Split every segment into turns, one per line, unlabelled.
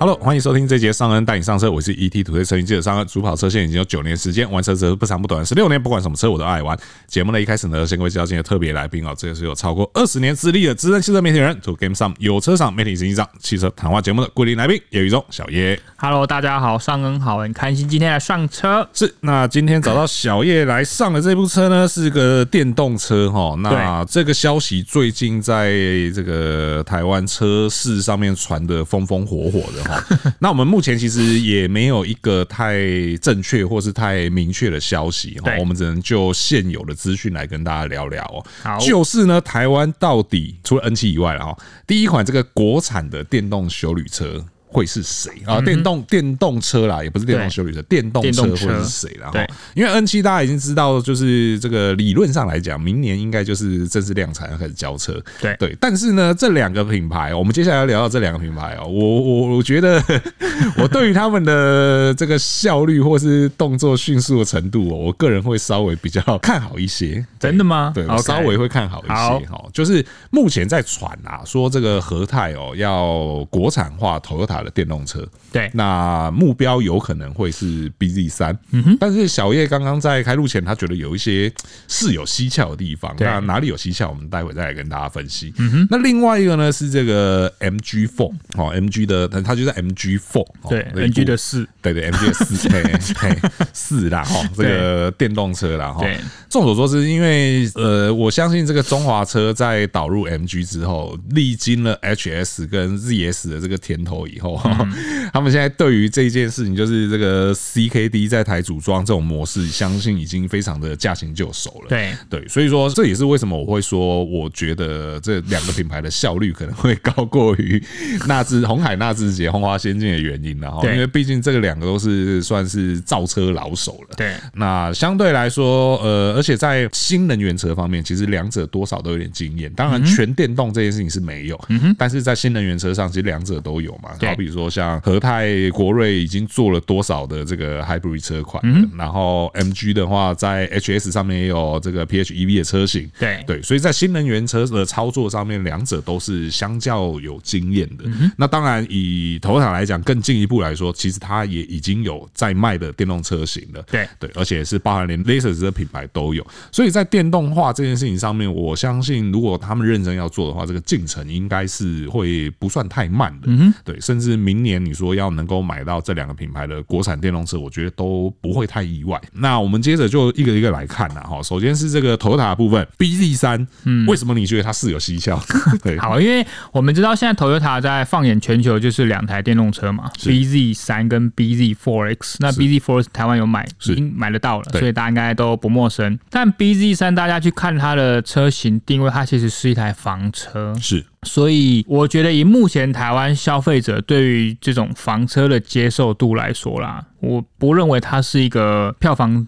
Hello，欢迎收听这节上恩带你上车，我是 ET 土车车云记者上恩，主跑车线已经有九年时间，玩车则不长不短，十六年，不管什么车我都爱玩。节目呢一开始呢，先为介绍今天的特别来宾哦，这个是有超过二十年资历的资深汽车媒体人，To Game 上有车赏媒体执行长，汽车谈话节目的固定来宾，叶宇中小叶。
Hello，大家好，上恩好，很开心今天来上车。
是，那今天找到小叶来上的这部车呢，是个电动车哈。那这个消息最近在这个台湾车市上面传的风风火火的 哈。那我们目前其实也没有一个太正确或是太明确的消息哈，
对
我们只能就现有的资讯来跟大家聊聊哦。
好
就是呢，台湾到底除了 N 七以外了哈，第一款这个国产的电动修旅车。会是谁啊？电动电动车啦，也不是电动
嗯对
修旅车，电动。
电
动
动
车或者
车
是谁了哈
对。
因为 N 七大家已经知道，就是这个理论上来讲，明年应该就是正式量产要开始交车。
对
对，但是呢，这两个品牌，我们接下来要聊到这两个品牌哦、我我我觉得 我对于他们的这个效率或是动作迅速的程度、哦，我个人会稍微比较看好一些。
真的吗？
对，我
OK
稍微会看好一
好
些哈。就是目前在传啊，说这个和泰哦要国产化 Toyota 的电动车，
对
那目标有可能会是 BZ 三，
嗯
但是小叶刚刚在开路前，他觉得有一些是有蹊跷的地方，
对嗯
那哪里有蹊跷，我们待会再来跟大家分析。那另外一个呢是这个 MG Four 哦，MG 的，它就在 MG Four 哦
对 NG 的四，
对对，MG 四嘿嘿四啦哈，这个电动车啦哈
对。
众所周知，因为呃，我相信这个中华车在导入 MG 之后，历经了 HS 跟 ZS 的这个甜头以后， 他们现在对于这件事情，就是这个 CKD 在台组装这种模式，相信已经非常的驾轻就熟了。
对
对，所以说这也是为什么我会说，我觉得这两个品牌的效率可能会高过于 纳智红海纳智捷、红华先进的原因，然后
对
因为毕竟这个两个都是算是造车老手了。
对
那相对来说，呃，而且在新能源车方面，其实两者多少都有点经验。当
嗯
然，全电动这件事情是没有，但是在新能源车上，其实两者都有嘛。
对
好比如说像和泰、国瑞已经做了多少的这个 hybrid 车款
嗯
了，然后 MG 的话，在 HS 上面也有这个 PHEV 的车型。
对
对，所以在新能源车的操作上面，两者都是相较有经验的。
嗯
那当然，以头塔来讲，更进一步来说，其实它也已经有在卖的电动车型了。
对
对，而且是包含连 Lexus 的品牌都有。所以在电动化这件事情上面，我相信如果他们认真要做的话，这个进程应该是会不算太慢的。嗯，对，甚至明年你说要能够买到这两个品牌的国产电动车，我觉得都不会太意外。那我们接着就一个一个来看啦。啊哈，首先是这个 Toyota 的部分，BZ 三，嗯，为什么你觉得它是有蹊跷？ 对，
好，因为我们知道现在 Toyota 在放眼全球就是两台电动车嘛，BZ 三跟 BZ Four X。那 BZ Four 台湾有买，
是
已经买得到了，
对
所以大家应该都不陌生。但 BZ 三大家去看它的车型定位，它其实是一台房车，
是
所以我觉得以目前台湾消费者对于这种房车的接受度来说啦，我不认为它是一个 票房。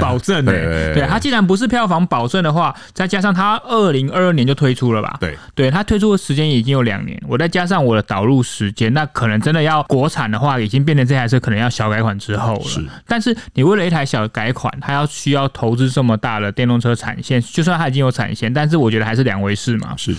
保证的、
对对对
对它既然不是票房保证的话，再加上它二零二二年就推出了吧？，
对，
对它推出的时间已经有两年，我再加上我的导入时间，那可能真的要国产的话，已经变成这台车可能要小改款之后了。
是
但是你为了一台小改款，它要需要投资这么大的电动车产线，就算它已经有产线，但是我觉得还是两回事嘛。
是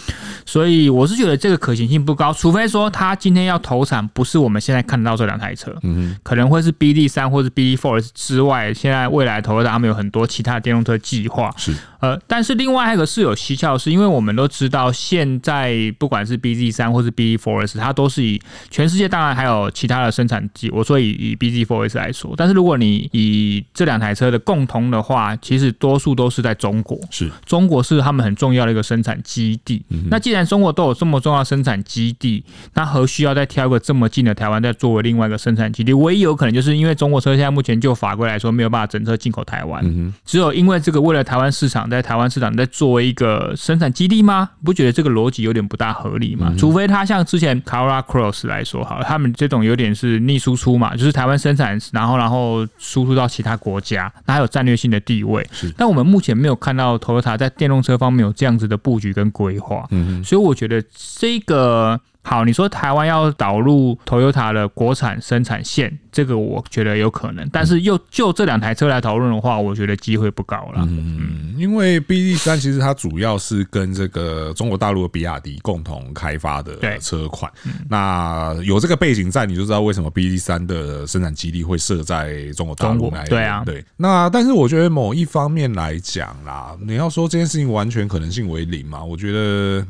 所以我是觉得这个可行性不高，除非说它今天要投产，不是我们现在看得到这两台车，嗯，可能会是 BD 三或是 BD Four 之外，现在未来 Toyota 他们有很多其他的电动车计划，
是
呃，但是另外还有一个是有蹊跷的是，因为我们都知道现在不管是 BZ 三或是 BZ Four S，它都是以全世界当然还有其他的生产基，我说以以 BZ Four S 来说，但是如果你以这两台车的共同的话，其实多数都是在中国，
是
中国是他们很重要的一个生产基地。那既然中国都有这么重要的生产基地，那何需要再挑一个这么近的台湾，再作为另外一个生产基地？唯一有可能就是因为中国车现在目前就法规来说没有办法整车进口台湾，只有因为这个为了台湾市场，在台湾市场再作为一个生产基地吗？不觉得这个逻辑有点不大合理吗？除非它像之前 c a r a Cross 来说好了，他们这种有点是逆输出嘛，就是台湾生产，然后然后输出到其他国家，那还有战略性的地位。但我们目前没有看到
嗯
Toyota 在电动车方面有这样子的布局跟规划，所以我觉得这个。好，你说台湾要导入 Toyota 的国产生产线，这个我觉得有可能，但是又就这两台车来讨论的话，我觉得机会不高了。
嗯，因为 B 1三其实它主要是跟这个中国大陆的比亚迪共同开发的
对嗯
车款，那有这个背景在，你就知道为什么 B 1三的生产基地会设在中国大
中
陆
国
那一
对
边
啊
对。那但是我觉得某一方面来讲啦，你要说这件事情完全可能性为零嘛，我觉得。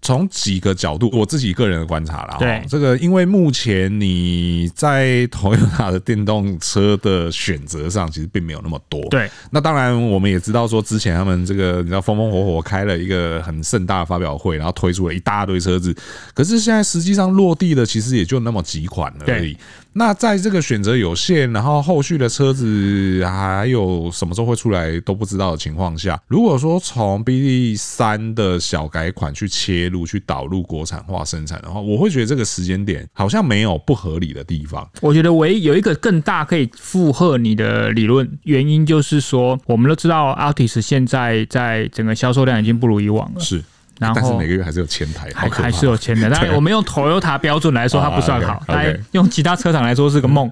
从几个角度，我自己个人的观察啦，
对
哦这个，因为目前你在 Toyota 的电动车的选择上，其实并没有那么多，
对，
那当然，我们也知道说，之前他们这个你知道风风火火开了一个很盛大的发表会，然后推出了一大堆车子，可是现在实际上落地的其实也就那么几款而已。那在这个选择有限，然后后续的车子还有什么时候会出来都不知道的情况下，如果说从 BD 三的小改款去切入，去导入国产化生产的话，我会觉得这个时间点好像没有不合理的地方。
我觉得唯一有一个更大可以附和你的理论原因，就是说我们都知道 Altis 现在在整个销售量已经不如以往了，
是，
然
但是
后
每。个月还是有前台，好
还
可怕
还是有 钱的，当然我们用 Toyota 标准来说，它不算好
啊，，OK，OK
但用其他车厂来说是 个梦。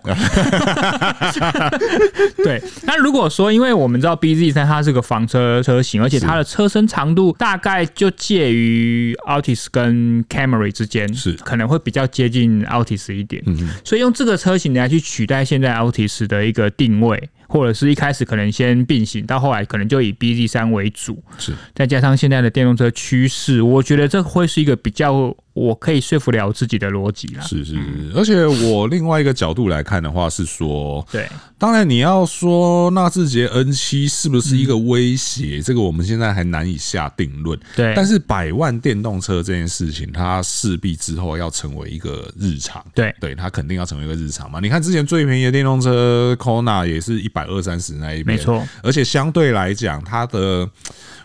对，那如果说，因为我们知道 BZ 三它是个房车车型，而且它的车身长度大概就介于 Altis 跟 Camry 之间，
是
可能会比较接近 Altis 一点。
嗯
所以用这个车型来去取代现在 Altis 的一个定位，或者是一开始可能先并行，到后来可能就以 BZ 三为主，
是。
再加上现在的电动车趋势，我觉得这会是一个比较我可以说服了自己的逻辑啦。
是是
嗯
是，而且我另外一个角度来看的话是说，
对，
当然你要说纳智捷 N 七是不是一
嗯
个威胁，这个我们现在还难以下定论。
对
但是百万电动车这件事情，它势必之后要成为一个日常。
对
对，它肯定要成为一个日常嘛。你看之前最便宜的电动车 Kona 也是一百二三十那一边，
没错。
而且相对来讲，它的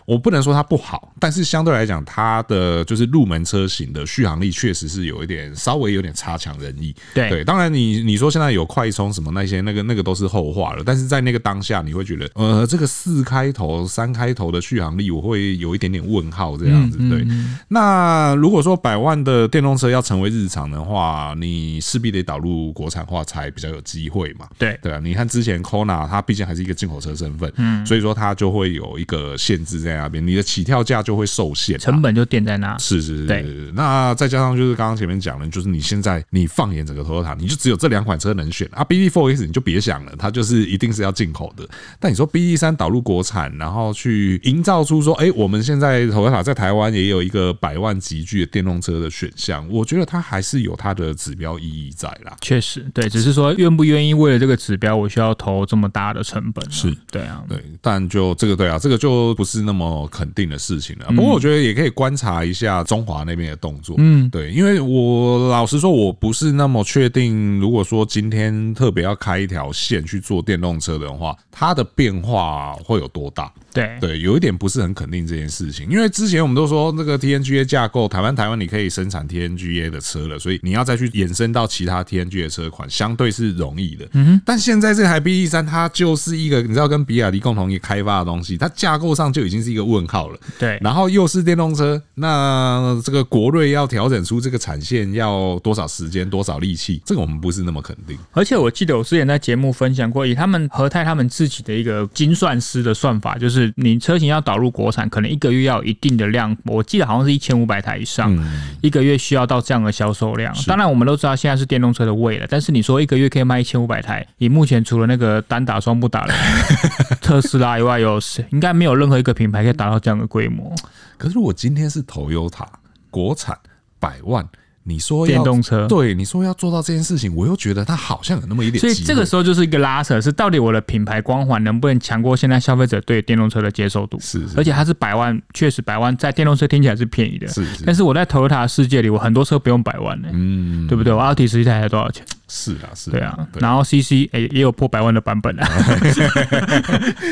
我不能说它不好，但是相对来讲，它的就是入门车型的续航力确实是有一点稍微有点差强人意。
对
对，当然你你说现在有快充什么那些，那个那个都是后话了。但是在那个当下，你会觉得，呃，这个四开头、三开头的续航力，我会有一点点问号这样子。
嗯
对，那如果说百万的电动车要成为日常的话，你势必得导入国产化才比较有机会嘛。
对
对啊，你看之前 Kona 它毕竟还是一个进口车身份，嗯，所以说它就会有一个限制在那边，你的起跳价就会受限啊。
成本就垫在那。
是是是
对
是，那再加上就是刚刚前面讲的，就是你现在你放眼整个 Toyota，你就只有这两款车能选啊。BD Four S 你就别想了，它就是一定是要进口的。但你说 BD 三导入国产，然后去营造出说，哎、我们现在 Toyota 在台湾也有一个百万级距的电动车的选项，我觉得它还是有它的指标意义在啦。
确实，对，只是说愿不愿意为了这个指标，我需要投这么大的成本、
是，
对啊，
对，但就这个对啊，这个就不是那么肯定的事情了。不过我觉得也可以观察一下中华那边的动作，嗯，对，因为我老实说，我不是那么确定，如果说今天特别要开一条线去做电动车的话，它的变化会有多大？
对，
对，有一点不是很肯定这件事情，因为之前我们都说那个 TNGA 架构，台湾台湾你可以生产 TNGA 的车了，所以你要再去延伸到其他 TNGA 车款，相对是容易的。嗯但现在这台 B E 三它就是一个你知道跟比亚迪共同开发的东西，它架构上就已经是一个问号了。
对
然后又是电动车，那这个国瑞要调整出这个产线要多少时间、多少力气，这个我们不是那么肯定。
而且我记得我之前在节目分享过，以他们和泰他们自己的一个精算师的算法，就是你车型要导入国产，可能一个月要有一定的量，我记得好像是一千五百台以上，一个月需要到这样的销售量。当然，我们都知道现在是电动车的未来，但是你说一个月可以卖一千五百台，以目前除了那个单打双不打的 特斯拉以外，有谁应该没有任何一个品牌可以达到这样的规模。
可是我今天是 Toyota 国产百万，你说要
电动车
对你说要做到这件事情，我又觉得它好像有那么一点机
嗯所
会。
以这个时候就是一个拉扯，是到底我的品牌光环能不能强过现在消费者对电动车的接受度？
是是
而且它是百万，确实百万在电动车听起来是便宜的，
是是
但是我在 Toyota 的世界里，我很多车不用百万呢、
嗯，
对不对？我 Altis 一台才多少钱？
是啊，是
对啊，然后 CC 哎、也有破百万的版本啊，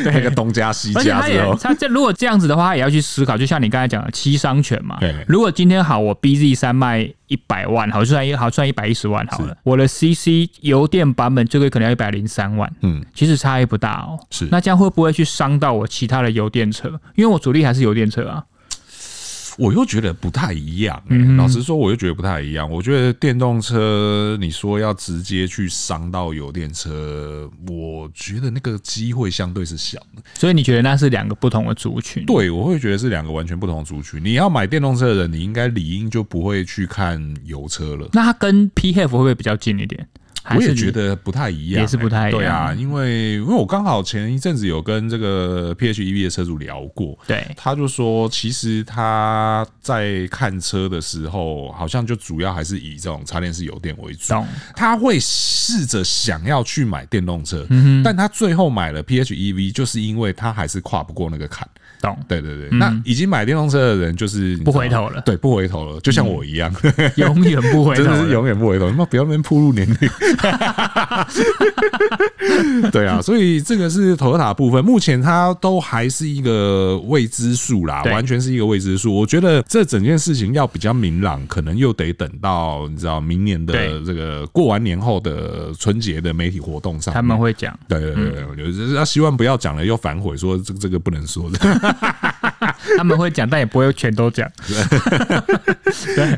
那个东家西
而且
家
它
之
也
后，
它这如果这样子的话，它也要去思考，就像你刚才讲的七商权嘛
对。
如果今天好，我 BZ 三卖一百万，好就算一好算一百一十万好了，我的 CC 油电版本最贵可能要一百零三万，
嗯，
其实差异不大哦。
是
那这样会不会去伤到我其他的油电车？因为我主力还是油电车啊。
我又觉得不太一样、欸。
嗯
老实说，我又觉得不太一样。我觉得电动车，你说要直接去伤到油电车，我觉得那个机会相对是小的。
所以你觉得那是两个不同的族群？
对，我会觉得是两个完全不同的族群。你要买电动车的人，你应该理应就不会去看油车了。
那它跟 P E F 会不会比较近一点？还
我
是
也
你
觉得不太一样、欸，
也是不太一样
对啊，因为因为我刚好前一阵子有跟这个 PHEV 的车主聊过，
对，
他就说，其实他在看车的时候，好像就主要还是以这种插电式油电为主。
懂
他会试着想要去买电动车，
嗯
但他最后买了 PHEV，就是因为他还是跨不过那个坎。
懂，
对对对，那已经买电动车的人就是
嗯不回头了
对，不回头了，就像我一样，
永远不回头
真的
了。
是永远不回头。他妈不要那边铺路年 龄。对啊，所以这个是 Toyota 部分，目前它都还是一个未知数啦，
对
完全是一个未知数。我觉得这整件事情要比较明朗，可能又得等到你知道明年的
对
这个过完年后的春节的媒体活动上面，
他们 会嗯讲，
对对对，对我觉得就是要啊希望不要讲了又反悔说这个这个不能说的。
他们会讲，但也不会全都讲。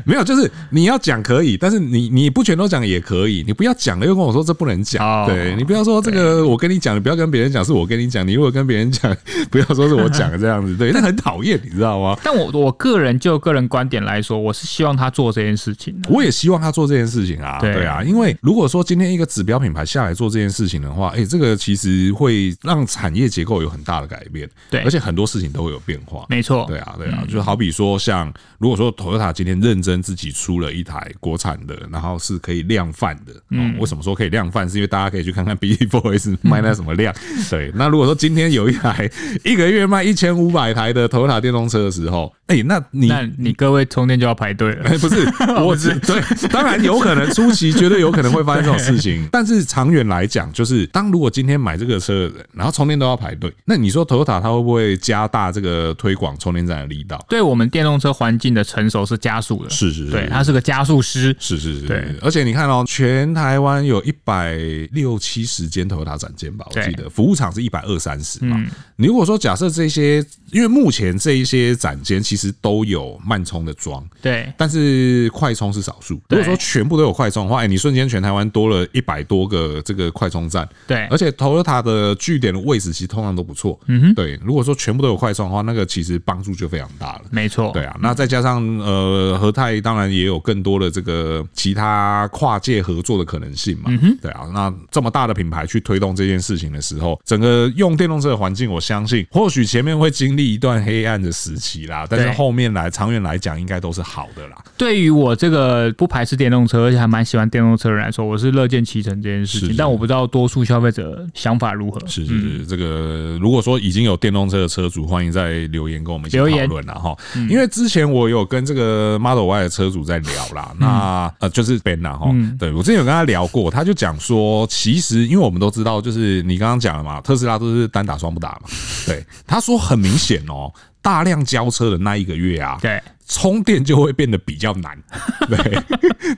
没有，就是你要讲可以，但是你你不全都讲也可以，你不要讲了又跟我说这不能讲，
哦
对你不要说这个我跟你讲，你不要跟别人讲是我跟你讲，你如果跟别人讲，不要说是我讲的这 样子，对，那很讨厌，你知道吗？
但我我个人就个人观点来说，我是希望他做这件事情的。
我也希望他做这件事情啊，
对
对啊，因为如果说今天一个指标品牌下来做这件事情的话，哎，这个其实会让产业结构有很大的改变，
对
而且很多事情都会有变化，
没错，
对啊，对啊，就好比说，像如果说 Toyota 今天认真自己出了一台国产的，然后是可以量贩的，嗯，为什么说可以量贩？是因为大家可以去看看 B E Boys 卖那什么量。 对，那如果说今天有一台 一个月卖一千五百台的 Toyota 电动车的时候，哎，那你
那你各位充电就要排队了。
哎， 不是， 我只对，当然有可能初期绝对有可能会发生这种事 情，但是长远来讲，就是当如果今天买这个车的人，然后充电都要排队，那你说 Toyota 它会不会加大这个推广充电站的力道？
对我们电动车环境的成熟是加速的，
是是是，
对，它是个加速师。
是是是，
对。
而且你看哦，全台湾有一百六七十间 Toyota 展间吧，我
对嗯
记得服务厂是一百二三十嘛。你如果说假设这些，因为目前这一些展间其实都有慢充的装。
对，
但是快充是少数。如
对
果说全部都有快充的话，哎、你瞬间全台湾多了一百多个这个快充站，
对
而且 Toyota 的据点的位置其实通常都不错。嗯哼，对。如果说全部都有快充的话，那个其实帮助就非常大了。
没错，
对啊，那再加上呃，和泰当然也有更多的这个其他跨界合作的可能性
嗯
嘛。对啊，那这么大的品牌去推动这件事情的时候，整个用电动车的环境，我相信或许前面会经历一段黑暗的时期啦，但是
对
后面来长远来讲，应该都是好的啦。
对于我这个不排斥电动车，而且还蛮喜欢电动车的人来说，我是乐见其成这件事情。
是
但我不知道多数消费者想法如何。
是是是，这个如果说已经有电动车的车主，欢迎在留言跟我们一起讨
留言嗯
论啦哈。因为之前我有跟这个 Model Y 的车主在聊
嗯
啦，那呃就是 Ben 啦哈，对我之前有跟他聊过，他就讲说，其实因为我们都知道，就是你刚刚讲了嘛，特斯拉都是单打双不打嘛，对，他说很明显哦。大量交车的那一个月啊，
对，
充电就会变得比较难。 对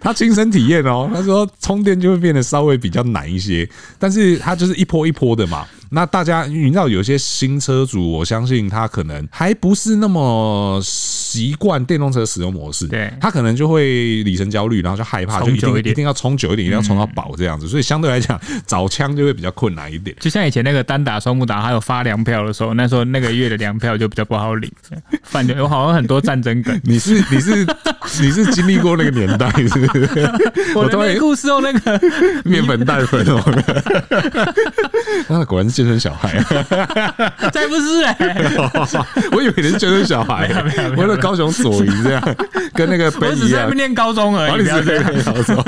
他亲身体验哦，他说充电就会变得稍微比较难一些，但是他就是一波一波的嘛。那大家你知道，有些新车主，我相信他可能还不是那么习惯电动车使用模式，
对
他可能就会里程焦虑，然后就害怕，就
冲
一定
久一点
一定要充久一点，一定要充到饱这样子，所以相对来讲，找枪就会比较困难一点。。
就像以前那个单打双不打，还有发粮票的时候，那时候那个月的粮票就比较不好 领，反正我好像很多战争梗
你是你是你是经历过那个年代，是不是？
我的
突然
内裤是用那 个
面粉蛋粉哦， 那果然是健身小孩、啊
才不是哎、
我以为你是健身小孩、我以为高雄左营这样，跟那个
我
杯
只
一
是在那
样
边。念高中而
然后
已，
你
不要
是被
这样。
人 小时候，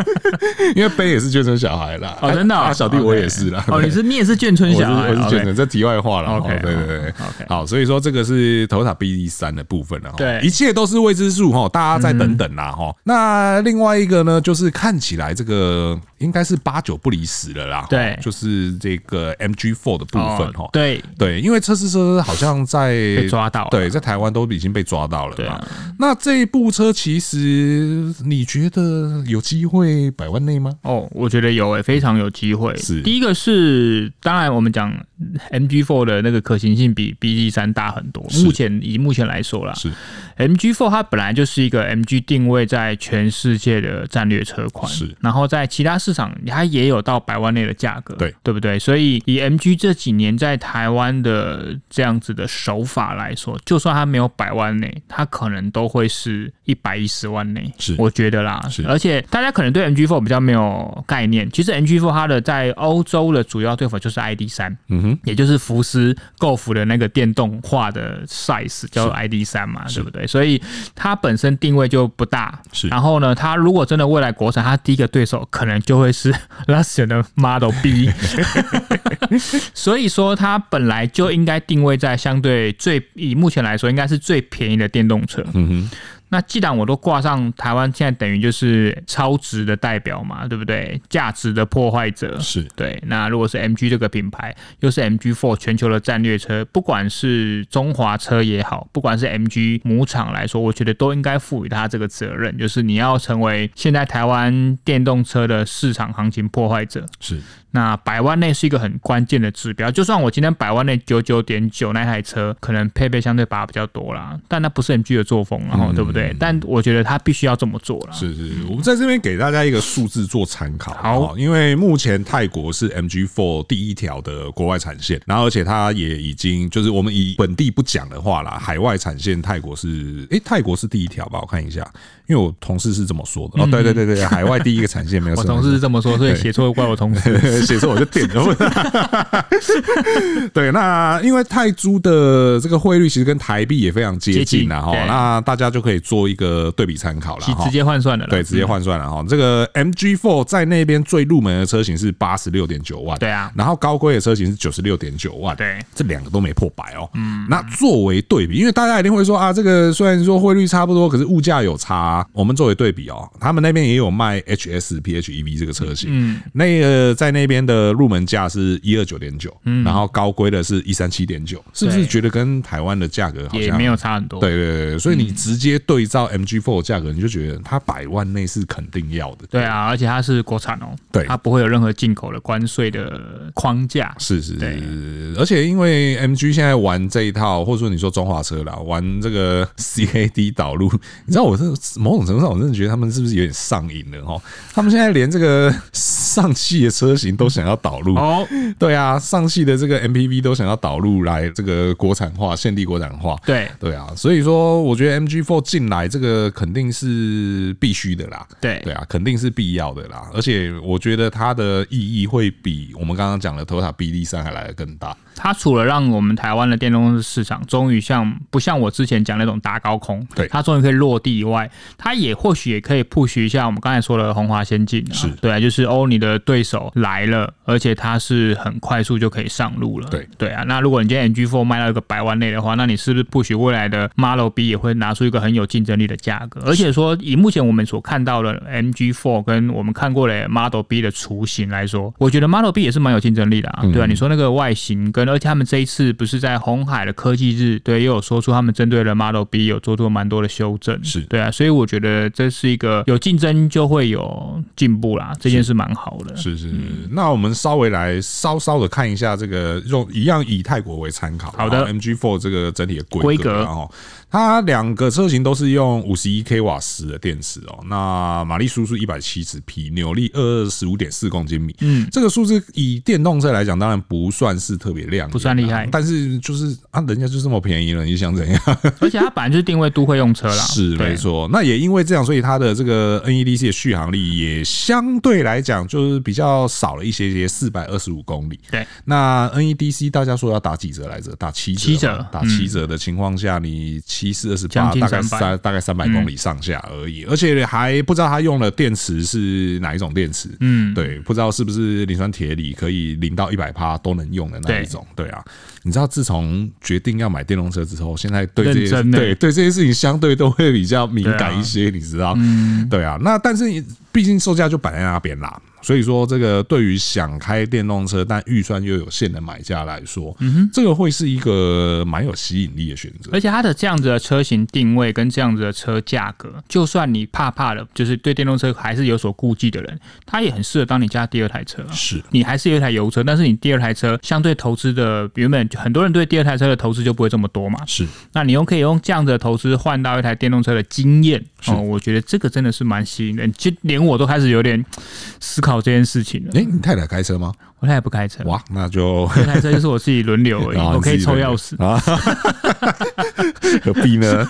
因为杯也是健身小孩啦。
哦，真的哦、
啊，小弟我也是啦。
哦，你是你也是眷村
我是
小孩，
我是觉
OK
得这题外话了。
OK，
哦对对对对
OK
好，所以说这个是 Toyota BD 三的部分了。哦
对嗯
一切都是哦未知数哈，大家再等等啦哈。那另外一个呢，就是看起来这个应该是八九不离十了啦。
对
齁就是这个 MG4 的部
哦
分哈。齁
对，
对，因为测试车好像在
被抓到了
对，在台湾都已经被抓到了。哦
对啊，
那这部车其实你觉得有机会百万内吗？
哦，我觉得有诶、非常有机会。
是
第一个是，当然我们讲 MG4 的那个可行性比 BZ 三大很多。
是
目前以目前来说啦
是
，MG4 它本来就是一个 MG 定位在全世界的战略车款，
是
然后在其他市场它也有到百万内的价格，
对
对不对？所以以 MG 这几年在台湾的这样子的手法来说，就算它没有百万内，它可能都会是一百一十万内，
是
我觉得啦
是。
而且大家可能对 MG4 比较没有概念，其实 MG4 它的在欧洲的主要对手就是 ID 三，
嗯哼，
也就是福斯 Golf 的那个电动化的 size 叫 ID 三嘛，对不对？所以它本身定位就不大。
是
然后呢，它如果真的未来国产，它第一个对手可能就会是 Luxon 的 Model B。所以说，它本来就应该定位在相对最以目前来说，应该是最便宜的电动车。
嗯
那既然我都挂上台湾，现在等于就是超值的代表嘛，对不对？价值的破坏者
哼，是
对，那如果是 MG 这个品牌，又是 MG4 全球的战略车，不管是中华车也好，不管是 MG 母厂来说，我觉得都应该赋予它这个责任，就是你要成为现在台湾电动车的市场行情破坏者。
是
那百万内是一个很关键的指标，就算我今天百万内九九点九那台车可能配备相对拔比较多啦，但那不是 MG 的作风啦，然后、对不对？但我觉得它必须要这么做啦。
嗯是是，我们在这边给大家一个数字做参考。
好
哦因为目前泰国是 MG4 第一条的国外产线，然后而且它也已经就是我们以本地不讲的话啦，海外产线泰国是诶、泰国是第一条吧？我看一下，因为我同事是这么说的。哦，对对对 对，海外第一个产线没有
嗯我
错。
同事 是这么说，所以写错怪我同事。
写错我就点了。 对，那因为泰铢的这个汇率其实跟台币也非常接近啊，哈，
接近对
那大家就可以做一个对比参考了。
其
哈
直接换算的啦。
对，直接换算了哈。这个 MG4 在那边最入门的车型是八十六点九万，
对啊
然后高规的车型是九十六点九万，
对，
这两个都没破百哦。嗯，那作为对比，因为大家一定会说啊，这个虽然说汇率差不多，可是物价有差啊、我们作为对比哦，他们那边也有卖 HS PHEV E 这个车型，嗯，那个在那边的入门价是一二九点九，然后高规的是一三七点九，是不是
嗯对
觉得跟台湾的价格好
也
像
没有差很多。嗯
对对对对，所以你直接对照 MG4 的价格，你就觉得它百万内是肯定要的。
对，啊，而且它是国产哦，
对
它不会有任何进口的关税的框架。
是是
对
是，而且因为 MG 现在玩这一套，或者说你说中华车啦，玩这个 CAD 导入，你知道我是某种程度上，我真的觉得他们是不是有点上瘾了哦？他们现在连这个上汽的车型都想要导入，
哦，
对啊，上汽的这个 MPV 都想要导入来这个国产化、限定国产化，
对
对啊，所以说我觉得 MG4 进来这个肯定是必须的啦，
对
对啊，肯定是必要的啦，而且我觉得它的意义会比我们刚刚讲的 Toyota BD 三还来的更大，
它除了让我们台湾的电动市场终于像不像我之前讲那种打高空，
对
它终于可以落地以外，它也或许也可以 push 一下我们刚才说的红华先进、啊，
是
对啊，就是哦，你的对手来了，而且它是很快速就可以上路了，
对
对啊，那如果你今天 MG4 卖到一个百万内的话，那你是不是 push 未来的 Model B 也会拿出一个很有竞争力的价格？而且说以目前我们所看到的 MG4 跟我们看过的 Model B 的雏形来说，我觉得 Model B 也是蛮有竞争力的
嗯
啊，对啊，你说那个外形跟，而且他们这一次不是在红海的科技日，对，也有说出他们针对了 Model B 有做出蛮多的修正，
是
对啊，所以我觉得这是一个有竞争就会有进步啦，这件事蛮好的，
是是是。
嗯
那我们稍微来稍稍的看一下这个用一样以泰国为参考，
好的
，MG4 这个整体的规
规
格
格
啊，然后它两个车型都是用五十一 k 瓦时的电池哦，那马力输出一百七十匹，扭力二十五点四公斤米，
嗯，
这个数字以电动车来讲，当然不算是特别亮眼啊，
不算厉害
但是就是啊，人家就这么便宜了，你想怎样？
而且它本来就是定位都会用车啦，
是
对啊
没错。那也因为这样，所以它的这个 NEDC 的续航力也相对来讲就是比较少了一些些，四百二十五公里。
对，
那 NEDC 大家说要打几折来着？打七折嘛，
七折嗯
打七折的情况下，你七四二十八，
将近嗯
大概
300
三大概三百公里上下而已，而且还不知道它用的电池是哪一种电池。
嗯，
对，不知道是不是磷酸铁锂可以零到一百趴都能用的那一种，对啊。你知道，自从决定要买电动车之后，现在对这
认
些
真欸
对对这些事情相对都
嗯
啊会比较敏感一些，你知道？对啊。那但是你毕竟售价就摆在那边啦，所以说，这个对于想开电动车但预算又有限的买家来说，
嗯
这个会是一个蛮有吸引力的选择。
而且它的这样子的车型定位跟这样子的车价格，就算你怕怕的，就是对电动车还是有所顾忌的人，它也很适合当你家第二台车啊、
是，
你还是有一台油车，但是你第二台车相对投资的原本很多人对第二台车的投资就不会这么多嘛，
是，
那你用可以用这样子的投资换到一台电动车的经验哦，我觉得这个真的是蛮吸引人，就连我都开始有点思考这件事情了。
哎、你太太开车吗？
我现在也不开车，
哇，那就
这台车就是嗯我自己轮流而已，
啊
我可以
你自己
抽
的
钥匙，
啊， 何必呢？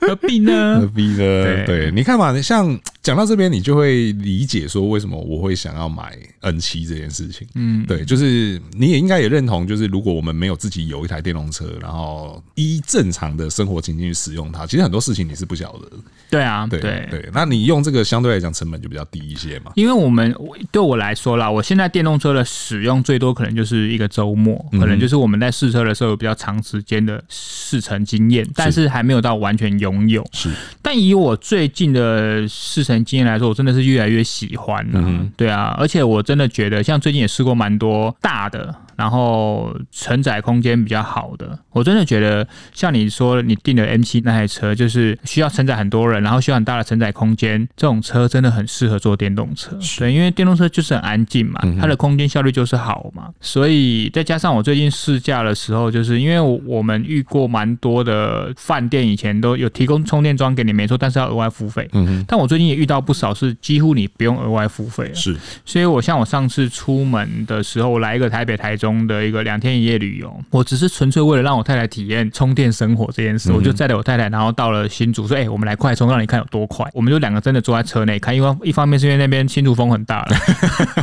何 必
何
呢？
必呢？
对
嗯对，你看嘛，你像讲到这边，你就会理解说为什么我会想要买 N 七这件事情。嗯，对，就是你也应该也认同，就是如果我们没有自己有一台电动车，然后依正常的生活情境去使用它，其实很多事情你是不晓得的。
对啊，
对对，那你用这个相对来讲成本就比较低一些嘛。
因为我们我对我来说啦，我现在电动车的使用最多可能就是一个周末，可能就是我们在试车的时候有比较长时间的试乘经验，但是还没有到完全拥有。
是，
但以我最近的试乘经验来说，我真的是越来越喜欢了、对啊，而且我真的觉得，像最近也试过蛮多大的，然后承载空间比较好的，我真的觉得，像你说你订的 M 7那台车，就是需要承载很多人，然后需要很大的承载空间，这种车真的很适合做电动车。对，因为电动车就是很安静嘛，它的空间效率就是好嘛，所以再加上我最近试驾的时候，就是因为我我们遇过蛮多的饭店以前都有提供充电桩给你，没错，但是要额外付费。
嗯哼，
但我最近也遇到不少是几乎你不用额外付费了，
是，
所以我像我上次出门的时候，我来一个台北、台中的一个两天一夜旅游，我只是纯粹为了让我太太体验充电生活这件事，我就载着我太太，然后到了新竹，说：“哎、我们来快充，让你看有多快。”我们就两个真的坐在车内看，因为一方面是因为那边新竹风很大了，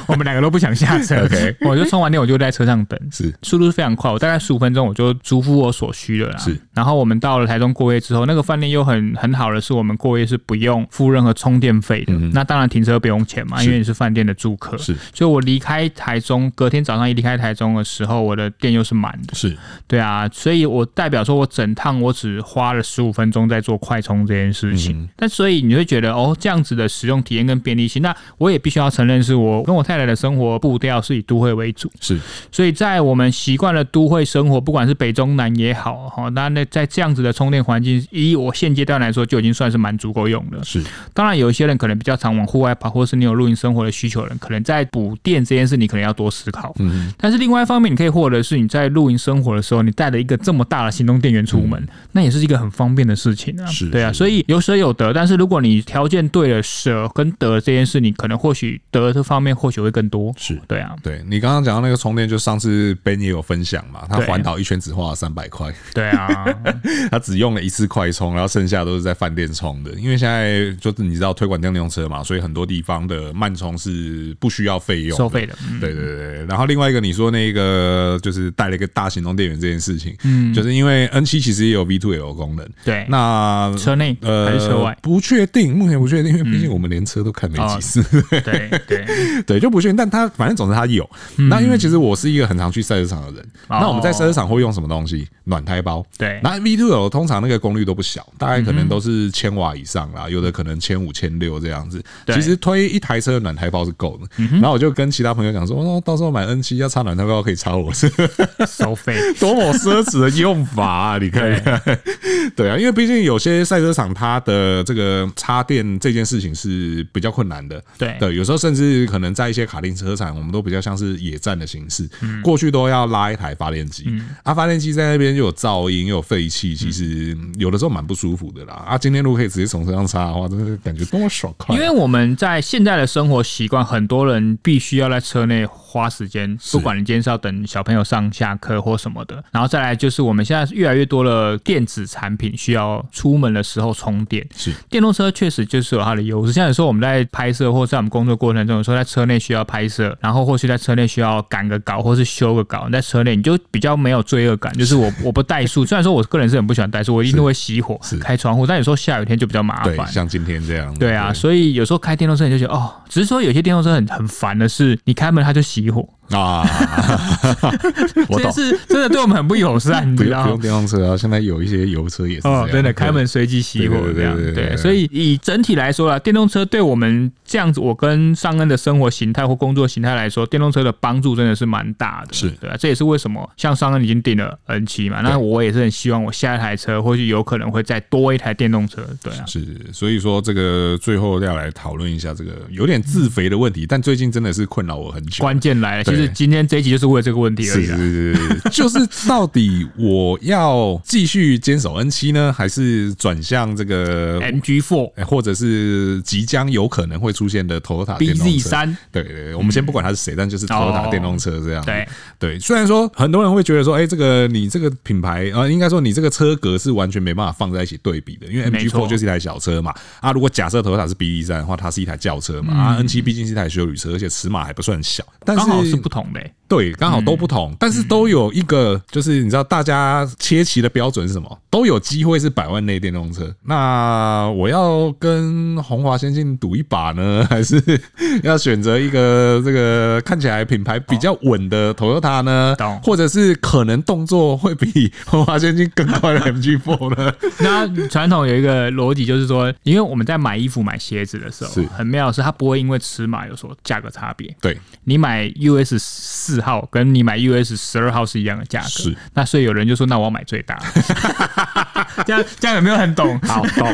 我们两个都不想下车。
OK
我就充完电，我就在车上等。
是，
速度是非常快，我大概十五分钟我就足付我所需的啦。
是，
然后我们到了台中过夜之后，那个饭店又很很好的是，我们过夜是不用付任何充电费的。那当然停车不用钱嘛，因为你是饭店的住客。
是，
所以我离开台中，隔天早上一离开台中的时候，我的店又是满的。
是，
对啊，所以我代表说，我整趟我只花了十五分钟在做快充这件事
嗯
情。但所以你会觉得，哦，这样子的使用体验跟便利性，那我也必须要承认，是我跟我太太的生活步调是以都会为主。
是，
所以在我们习惯了都会生活，不管是北中南也好，哈，那那在这样子的充电环境，以我现阶段来说，就已经算是蛮足够用了。
是，
当然，有一些人可能比较常往户外跑，或是你有露营生活的需求的人，可能在补电这件事，你可能要多思考。
嗯
但是另外一方面，你可以获得的是你在露营生活的时候，你带了一个这么大的行动电源出门，那也是一个很方便的事情啊。
是
对啊，
是
所以有舍有得，但是如果你条件对了，舍跟得这件事，你可能或许得这方面或许会更多。
是。
对啊，
对你刚刚讲到那个充电，就上次 Ben 也有分享嘛，他
对
环岛一圈只花了三百块，
对 啊，
他只用了一次快充，然后剩下都是在饭店充的。因为现在就是你知道推广电动车嘛，所以很多地方的慢充是不需要费用的
收费的。嗯
对对对对，然后另外一个你说那个就是带了一个大行动电源这件事情，嗯，就是因为 N 七其实也有 V two L 功能，
对，
那
车内还
呃
是车外？ 嗯哦
不确定，目前不确定，因为毕竟我们连车都看没几次，
对对，
对，就不确定。但它反正总之它有。
嗯
那因为其实我是一个很常去赛车场的人，
哦
那我们在赛车场会用什么东西？暖胎包。
对嗯
那 V two L 通常那个功率都不小，大概可能都是千瓦以上啦，有的可能千五、千六这样子。
对嗯
其实推一台车的暖胎包是够的。然后我就跟其他朋友讲说，哦，到时候买 N 七要插暖胎包可以插我车。
收费。
多么奢侈的用法啊！你 看看， 对啊，因为毕竟有些赛车场它的这个插电这件事情是比较困难的。
对
对，有时候甚至可能在一些卡丁车场，我们都比较像是野战的形式，
嗯
过去都要拉一台发电机，啊，发电机在那边又有噪音又有废气，其实有的时候蛮不舒服的啦。啊，今天如果可以直接从车上插的话，真的是感觉多么爽快
因。为我们在现在的生活习惯，很多人必须要在车内花时间，不管你今天是要等小朋友上下课或什么的，然后再来就是我们现在越来越多的电子产品需要出门的时候充电。
是
电动车确实就是有它的优势，像有时候我们在拍摄或在我们工作过程中，有时候在车内需要拍摄，然后或许在车内需要赶个稿或是修个稿，你在车内你就比较没有罪恶感，就是 我我不怠速，虽然说我个人是很不喜欢怠速，我一定会熄火
是
开窗户，但有时候下雨天就比较麻
对，
烦。
像今天这样，
对啊啊，所以有时候开电动车你就觉得哦，只是说有些电动车很很烦的是，你开门它就熄火，
啊，
这
我
件
懂，
事真的对我们很不 友善，你
不
知
用不
道
用
吗？
电动车啊，现在有一些油车也是这样
哦，真的开门随机熄火这样，
对对对对对
对，
对
所以以整体来说啦，电动车对我们这样子，我跟尚恩的生活形态或工作形态来说，电动车的帮助真的是蛮大的，
是
对啊，这也是为什么像尚恩已经订了 N 七嘛，那我也是很希望我下一台车或许有可能会再多一台电动车，对啊，
是，所以说这个最后要来讨论一下这个有点自肥的问题，但最近真的是困扰我很久。
关键来了，其
对
实今天这一集就是为了这个问题而
是
已
是
啊啦。
是是，是就是到底我要继续坚守 N 七呢，还是转向这个
MG Four
哎或者是即将有可能会出现的 Toyota 电动
BZ
车？
三，
对对对，我们先不管它是谁，但就是 Toyota
哦
电动车这样。
对
对，虽然说很多人会觉得说，哎、这个你这个品牌，呃，应该说你这个车格是完全没办法放在一起对比的，因为
没
MG4
错
就是一台小车嘛。啊，如果假设 Toyota 是 BD 三的话，它是一台轿车嘛。啊，N7 毕竟是一台休旅车，而且尺码还不算小，但
嗯刚好
是
是不同的、欸，
对，刚好都不同，但
嗯
是都有一个，就是你知道大家切齐的标准是什么？都有机会是百万内电动车。那我要跟红华先进赌一把呢， 还是要选择一个这个看起来品牌比较稳的 Toyota 呢？
懂
或者是可能动作会比 红华先进更快的 MG4 呢？
那传统有一个逻辑，就是说，因为我们在买衣服、买鞋子的时候
是，
很妙的是它不会因为尺码有所价格差别。
对，
你买 US 四号跟你买 US 十二号是一样的价格，
是。
那所以有人就说，那我要买最大的。 这样这样有没有很懂？好懂。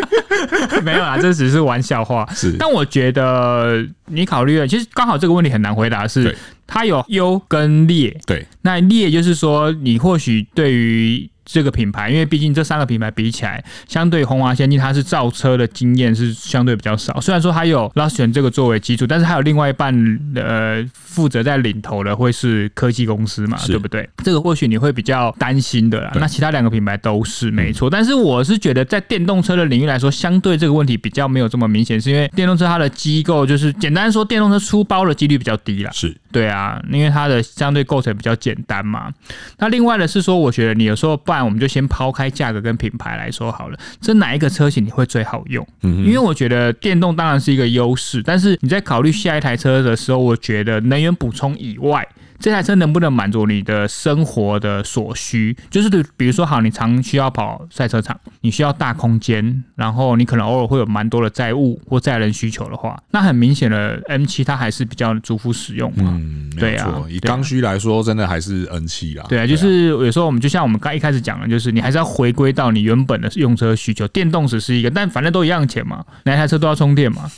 没有啦，这只是玩笑话。
是
但我觉得你考虑了，其实刚好这个问题很难回答是，
对
它有优跟劣。
对，
那劣就是说，你或许对于这个品牌，因为毕竟这三个品牌比起来，相对红华先进，它是造车的经验是相对比较少。虽然说它有 l u s t i o n 这个作为基础，但是还有另外一半呃负责在领头的会是科技公司嘛，
是
对不对？这个或许你会比较担心的啦。
对嗯
那其他两个品牌都是没错，但是我是觉得在电动车的领域来说，相对这个问题比较没有这么明显，是因为电动车它的机构就是简单说，电动车出包的几率比较低啦。
是
对啊，因为它的相对构成比较简单嘛。那另外的是说，我觉得你有时候，不然我们就先抛开价格跟品牌来说好了，这哪一个车型你会最好用？嗯，因为我觉得电动当然是一个优势，但是你在考虑下一台车的时候，我觉得能源补充以外。这台车能不能满足你的生活的所需？就是对，比如说，好，你常需要跑赛车场，你需要大空间，然后你可能偶尔会有蛮多的载物或载人需求的话，那很明显的 M 7它还是比较主辅使用嘛。
嗯，没
对
有
啊
错。以
对啊
刚需来说，真的还是 N7 啦。
对啊，就是有时候我们就像我们刚一开始讲的，就是你还是要回归到你原本的用车需求。电动只是一个，但反正都一样钱嘛，哪一台车都要充 电嘛。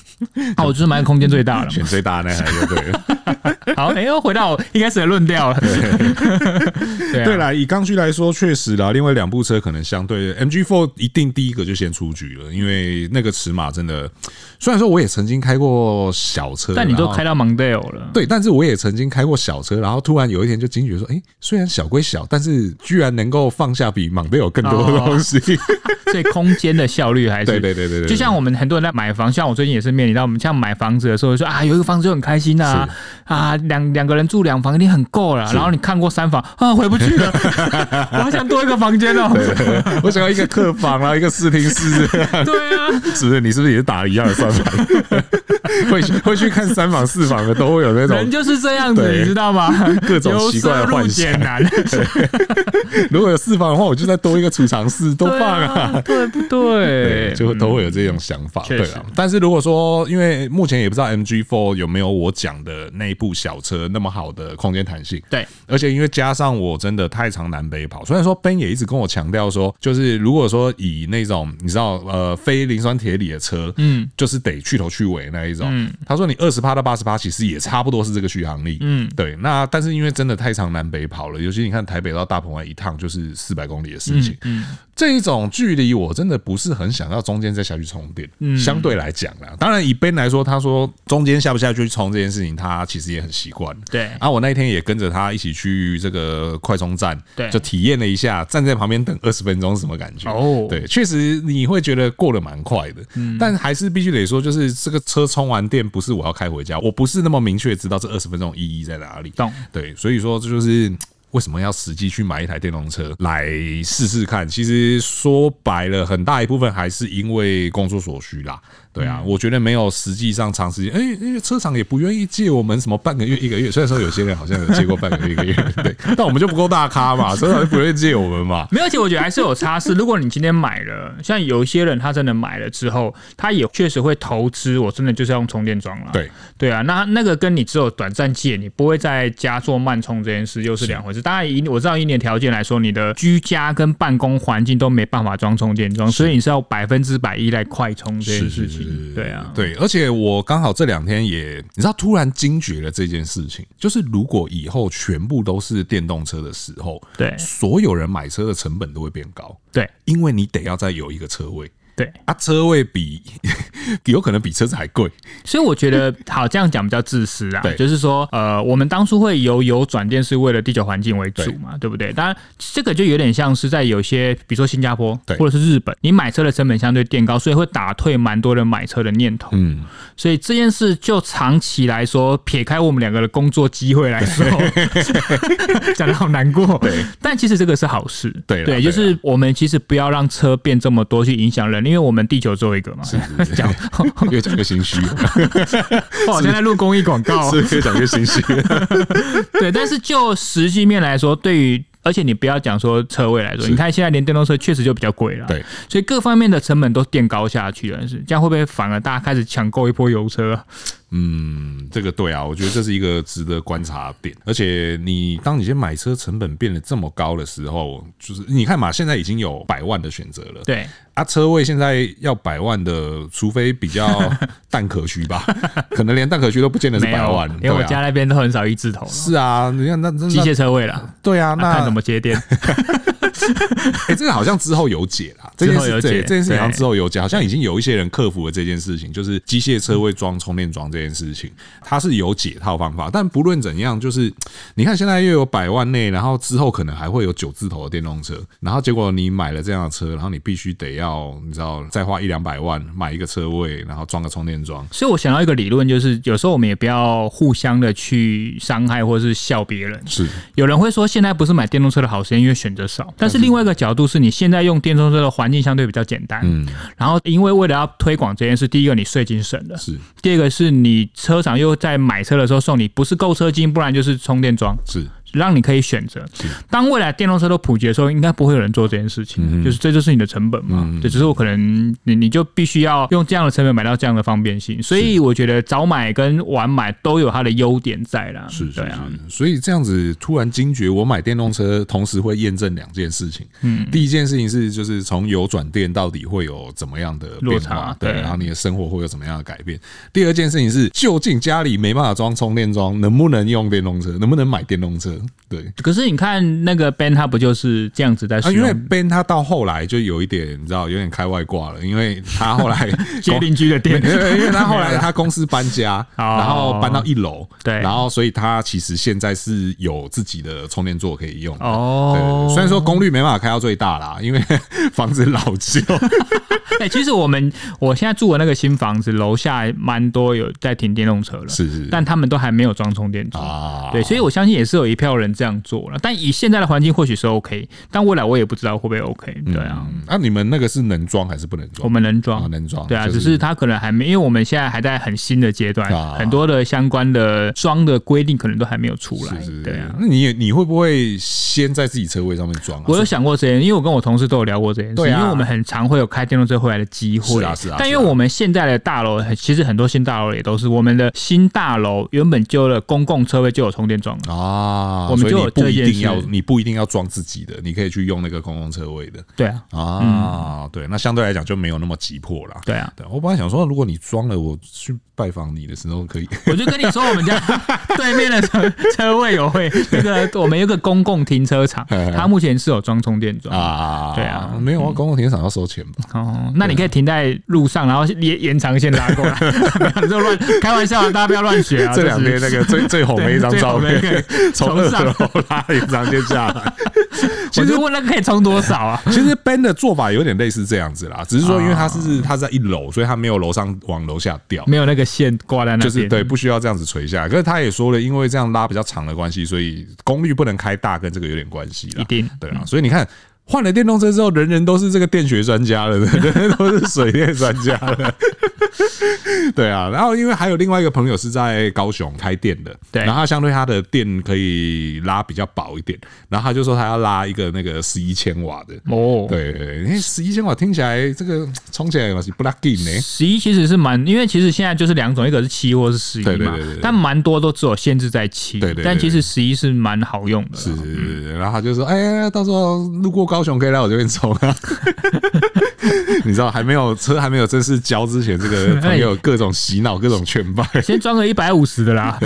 啊，我就是买空间最大的
选
嘛。
最大的那台就对了。
好，哎、又回到我一开始的论调 了。对
对
啊，
啦，以刚需来说，确实啦，另外两部车可能相对 MG4 一定第一个就先出局了，因为那个尺码真的，虽然说我也曾经开过小车，
但你都
然后
开到 Mondeo 了，
对，但是我也曾经开过小车，然后突然有一天就惊觉说，哎、虽然小归小，但是居然能够放下比蒙迪有更多的
哦
东西，
所以空间的效率还是
对对对对对，
就像我们很多人在买房，像我最近也是面临到，我们像买房子的时候说啊，有一个房子就很开心啊，啊，两两个人住两房一定很够了。然后你看过三房啊，回不去 了，我还想多一个房间哦。
对我想要一个客房啊，一个视听室，
对啊，
是不是？你是不是也是打了一样的算法？ 会去会去看三房四房的，都会有那种
人就是这样子，
对
你知道吗？
各种
由
奇怪的
奢入
幻想
俭难，
如果有四房的话，我就再多一个储藏室，都
都
放啊。，
对不
对，
对？嗯
就会都会有这种想法，
确
对
实
啊。但是如果说，因为目前也不知道 MG4 有没有我讲的那一部小车那么好的空间弹性，
对，
而且因为加上我真的太常南北跑，虽然说 Ben 也一直跟我强调说，就是如果说以那种你知道呃非磷酸铁锂的车，嗯，就是得去头去尾那一种。他说你二十趴到八十趴其实也差不多是这个续航力，嗯，对。那但是因为真的太常南北跑了，尤其你看台北到大鹏湾一趟就是四百公里的事情，这一种距离我真的不是很想要中间再下去充电，相对来讲啦。当然以 Ben 来说，他说中间下不下去充这件事情，他其实也很习惯。
对
啊，我那一天也跟着他一起去这个快充站，
对
就体验了一下站在旁边等二十分钟是什么感觉。
哦
对，确实你会觉得过得蛮快的，但还是必须得说，就是这个车充完电不是我要开回家，我不是那么明确知道这二十分钟意义在哪里。
懂
对，所以说这就是。嗯为什么要实际去买一台电动车来试试看？其实说白了，很大一部分还是因为工作所需啦。对啊，我觉得没有实际上长时间，哎、因为车厂也不愿意借我们什么半个月、一个月。虽然说有些人好像有借过半个月、一个月，对，但我们就不够大咖嘛，车厂就不愿意借我们嘛。
没有，而且我觉得还是有差事。如果你今天买了，像有一些人他真的买了之后，他也确实会投资，我真的就是要用充电桩了。
对
对啊，那那个跟你只有短暂借，你不会在家做慢充这件事又是两回事。当然以我知道以你的条件来说，你的居家跟办公环境都没办法装充电桩，所以你是要百分之百依赖快充这件事情。对啊，
对，而且我刚好这两天也，你知道，突然惊觉了这件事情，就是如果以后全部都是电动车的时候，
对
所有人买车的成本都会变高，
对
因为你得要再有一个车位。
对，
啊，车位比 有可能比车子还贵，
所以我觉 得好这样讲比较自私啊
对，
就是说，呃，我们当初会由油转电是为了地球环境为主嘛，对不对？当然，这个就有点像是在有些，比如说新加坡
对
或者是日本，你买车的成本相对垫高，所以会打退蛮多人买车的念头。
嗯，
所以这件事就长期来说，撇开我们两个的工作机会 来说，讲的好难过。对，但其实这个是好事。
对啦对
对，
啦
就是我们其实不要让车变这么多去影响人，因为我们地球只有一个嘛。
是是
讲
越讲越心虚，
我好像在录公益广告哦。
是越讲越心虚。
对，但是就实际面来说，对于而且你不要讲说车位来说，你看现在连电动车确实就比较贵了，
对，
所以各方面的成本都垫高下去了，是这样会不会反而大家开始抢购一波油车啊？
嗯，这个对啊，我觉得这是一个值得观察点。而且你当你先买车成本变得这么高的时候，就是你看嘛，现在已经有百万的选择了，
对，
啊，车位现在要百万的，除非比较蛋壳区 吧，可能连蛋壳区都不见得是
没
百
有
万，，对
连我家
啊。
那边都很少一字头了，
是啊，你看那那
机
那
械车位啦，
对啊，
啊看
那
怎么接电。
哎、这个好像之后有解啦，这
之
件
后
事
有
对
解
这件事情好像
对
之后有解，好像已经有一些人克服了这件事情，就是机械车位装充电桩这件事情，它是有解套方法。但不论怎样，就是你看现在又有百万内，然后之后可能还会有九字头的电动车，然后结果你买了这样的车，然后你必须得要你知道再花一两百万买一个车位，然后装个充电桩。
所以我想到一个理论，就是有时候我们也不要互相的去伤害或是笑别人，
是
有人会说，现在不是买电动车的好时间，因为选择少。但是另外一个角度是，你现在用电动车的环境相对比较简单。
嗯
然后，因为为了要推广这件事，第一个你税金省了，
是
第二个是你车厂又在买车的时候送你不是购车金，不然就是充电桩，
是，
让你可以选择。当未来电动车都普及的时候，应该不会有人做这件事
嗯
情，就是这就是你的成本嘛。对，只是我可能你你就必须要用这样的成本买到这样的方便性，所以我觉得早买跟晚买都有它的优点在啦。
是是
对啊，
是所以这样子突然惊觉，我买电动车同时会验证两件事情。嗯，第一件事情是就是从油转电到底会有怎么样的变
落
化
差，
对，
对
然后你的生活会有怎么样的改变。第二件事情是，究竟家里没办法装充电桩，能不能用电动车，能不能买电动车？对。
可是你看那个 Ben，他不就是这样子在
啊，
使
因为
用
Ben 他到后来就有一点，你知道，有点开外挂了，因为他后 来
接邻居的
对，
电？
因为他后 来他公司搬家，
哦
然后搬到一楼，
对
然后所以他其实现在是有自己的充电座可以用的。对对
哦
对，虽然说功率没办法开到最大啦， 因为房子老 旧，
哎、其实我们我现在住的那个新房子楼下蛮多有在停电动车了，
是是
但他们都还没有装充电 桩。
啊，
对，所以我相信也是有一票人这样做了，但以现在的环境或许是 OK，但未来我也不知道会不会 OK。对啊，
嗯，那、你们那个是能装还是不能装？
我们能
啊
装，
能装，
对啊，
就
只是它可能还没，因为我们现在还在很新的阶段，
啊
很多的相关的装的规定可能都还没有出来。
是是，
对啊，
那你也你会不会先在自己车位上面装、啊？
我有想过这件，因为我跟我同事都有聊过这件事，
对啊
因为我们很常会有开电动车回来的机会。
是啊是啊
但
是
因
啊
为我们现在的大楼，其实很多新大楼也都是我们的新大楼原本就有公共车位就有充电桩了。
啊，
我们
所以
就有
你不
这
一
件
定要，
事
你不一定要装自己的，你可以去用那个公共车位的。
对啊，
啊，对，那相对来讲就没有那么急迫啦。
对啊，
对，我本来想说，如果你装了，我去拜访你的时候可以。
我就跟你说，我们家对面的车车位有会 那个，我们有个公共停车场，它目前是有装充电桩。
啊，
对啊
没有啊，公共停车场要收钱吧？
哦，那你可以停在路上，然后延延长线拉 过来，没有你就乱开玩笑啊，大家不要乱学啊。
这两天
就是
那个 最最红的
对
一张
最
照
红的
片
一个，
从
从
二
上
楼拉一张就下来。
我就问那个可以充多少啊？
其实 Ben 的做法有点类似这样子啦，只是说因为他是他在一楼，所以他没有楼上往楼下掉。
没有那个线挂在那边，
就是对，不需要这样子垂下来。可是他也说了，因为这样拉比较长的关系，所以功率不能开大，跟这个有点关系啦。
一定嗯
对啊，所以你看。换了电动车之后，人人都是这个电学专家了，人人都是水电专家了。 对啊，然后因为还有另外一个朋友是在高雄开店的，
对
然后他相对他的店可以拉比较薄一点，然后他就说他要拉一个那个十一千瓦的。
哦，
对对，对因为十一千瓦听起来这个冲起来也是不拉劲呢。
十一其实是蛮，因为其实现在就是两种，一个是七或是十一嘛，
对对对对对
但蛮多都只有限制在七，
对对对
但其实十一是蛮好用的啦，
是是是是，然后他就说：“哎、到时候路过高雄可以来我这边冲啊！” 你知道，还没有车还没有正式交之前，这个朋友各种洗脑，各种劝败。
先装个一百五十 的啦，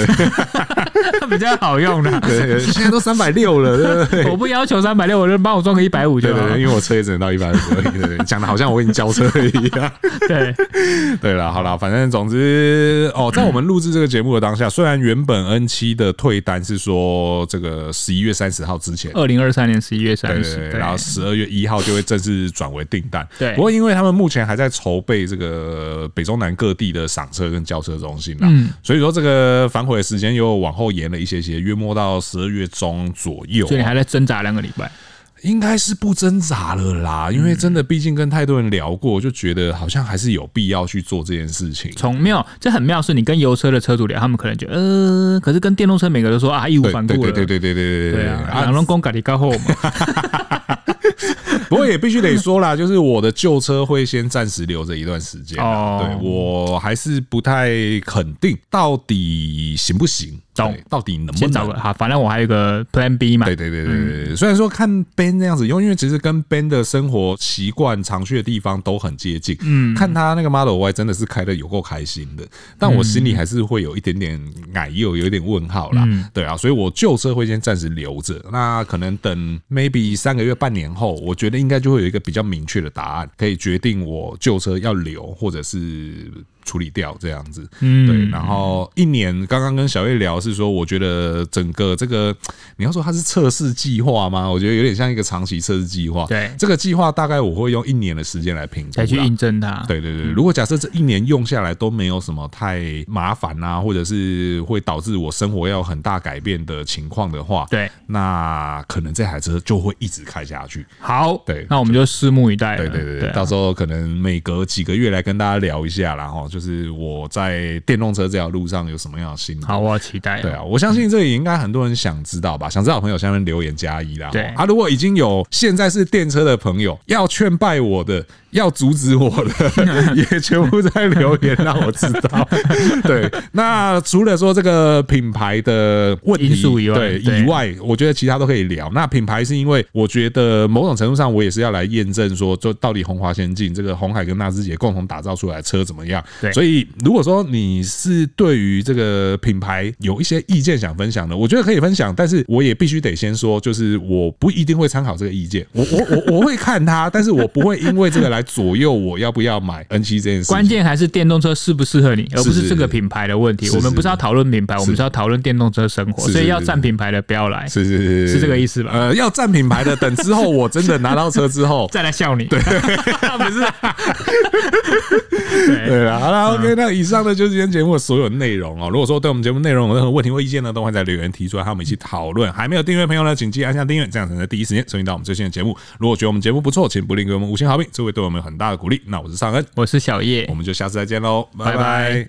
比较好用啦。
对对，对现在都三百六了，对不对？
我不要求三百六，我就帮我装个一百五
对
就好
对对，因为我车也只能到一百五而已，对对对 讲的好像我已经交车了一样。
对，
对了，好了，反正总之哦，在我们录制这个节目的当下，虽然原本 N 七的退单是说这个十一月三十号之前，
二零二三年十一月
对
三
对
十，
对，然后十二月一号就会正式转为订单。
对
不过因为他们目前还在筹备这个北中南各地的赏车跟交车中心啦，
嗯
所以说这个反悔的时间又往后延了一些些，约莫到十二月中左右。啊
所以你还在挣扎两个礼拜。
应该是不挣扎了
嗯
啦，因为真的毕竟跟太多人聊过，就觉得好像还是有必要去做这件事情。
从没有，这很妙，是你跟油车的车主聊，他们可能觉得，呃，可是跟电动车每个都说啊义无
对
反
对
顾了，
对对对对对
对啊，两龙公咖喱 高后嘛，
不过也必须得说啦，就是我的旧车会先暂时留着一段时间啊。
哦
对我还是不太肯定到底行不行，
懂
对到底能不
先找
能
个。哈，反正我还有一个 Plan B 嘛
对，对对对对对，虽然说看 Ben 那样子用，因为其实跟 Ben 的生活习惯、常去的地方都很接近。嗯，看他那个 Model Y 真的是开的有够开心的，但我心里还是会有一点点矮又有一点问号啦。对啊，所以我旧车会先暂时留着，那可能等 maybe 三个月、半年后，我觉得应该就会有一个比较明确的答案，可以决定我旧车要留或者是。处理掉这样子，
嗯
对，然后一年，刚刚跟小月聊是说，我觉得整个这个你要说它是测试计划吗？我觉得有点像一个长期测试计划。
对
这个计划大概我会用一年的时间来评估
才
啦。
去印证它。
对对对，如果假设这一年用下来都没有什么太麻烦啊，或者是会导致我生活要很大改变的情况的话，
对，
那可能这台车就会一直开下去。
好，
对
那我们就拭目以待了。
对对对，
对
对，
啊
到时候可能每隔几个月来跟大家聊一下啦，哈，就是我在电动车这条路上有什么样的心得。
好，我好期待。
对，啊，我相信这也应该很多人想知道吧？想知道的朋友下面留言加一啦。
对
啊，如果已经有现在是电车的朋友要劝败我的，要阻止我 的，也全部在留言让我知道。对，那除了说这个品牌的问题
因素以外
对
对
以外，我觉得其他都可以聊。那品牌是因为我觉得某种程度上我也是要来验证说，就到底红华先进这个红海跟纳智捷共同打造出来的车怎么样？
对
所以如果说你是对于这个品牌有一些意见想分享的，我觉得可以分享，但是我也必须得先说，就是我不一定会参考这个意见，我我我我 会看它，但是我不会因为这个来左右我要不要买 N 七这件事情。
关键还是电动车适不适合你，而不是这个品牌的问题。
是是
我们不是要讨论品牌，我们是要讨论电动车生
是
活，
是
所以要
是
占品牌的不要来，
是是是
是这个意思吧
呃，要占品牌的，等之后我真的拿到车之后，
再来笑你。对， 不是啊。 对，
对啊，好啦 o k 那以上呢就是今天节目的所有内容哦。如果说对我们节目内容有任何问题或意见呢，都欢迎在留言提出来，和我们一起讨论。还没有订阅的朋友呢，请记得按下订阅，这样才能在第一时间收听到我们最新的节目。如果觉得我们节目不错，请不吝给我们五星好评，这会对我们有很大的鼓励。那我是尚恩，
我是小叶
我，们就下次再见喽，拜
拜
拜
拜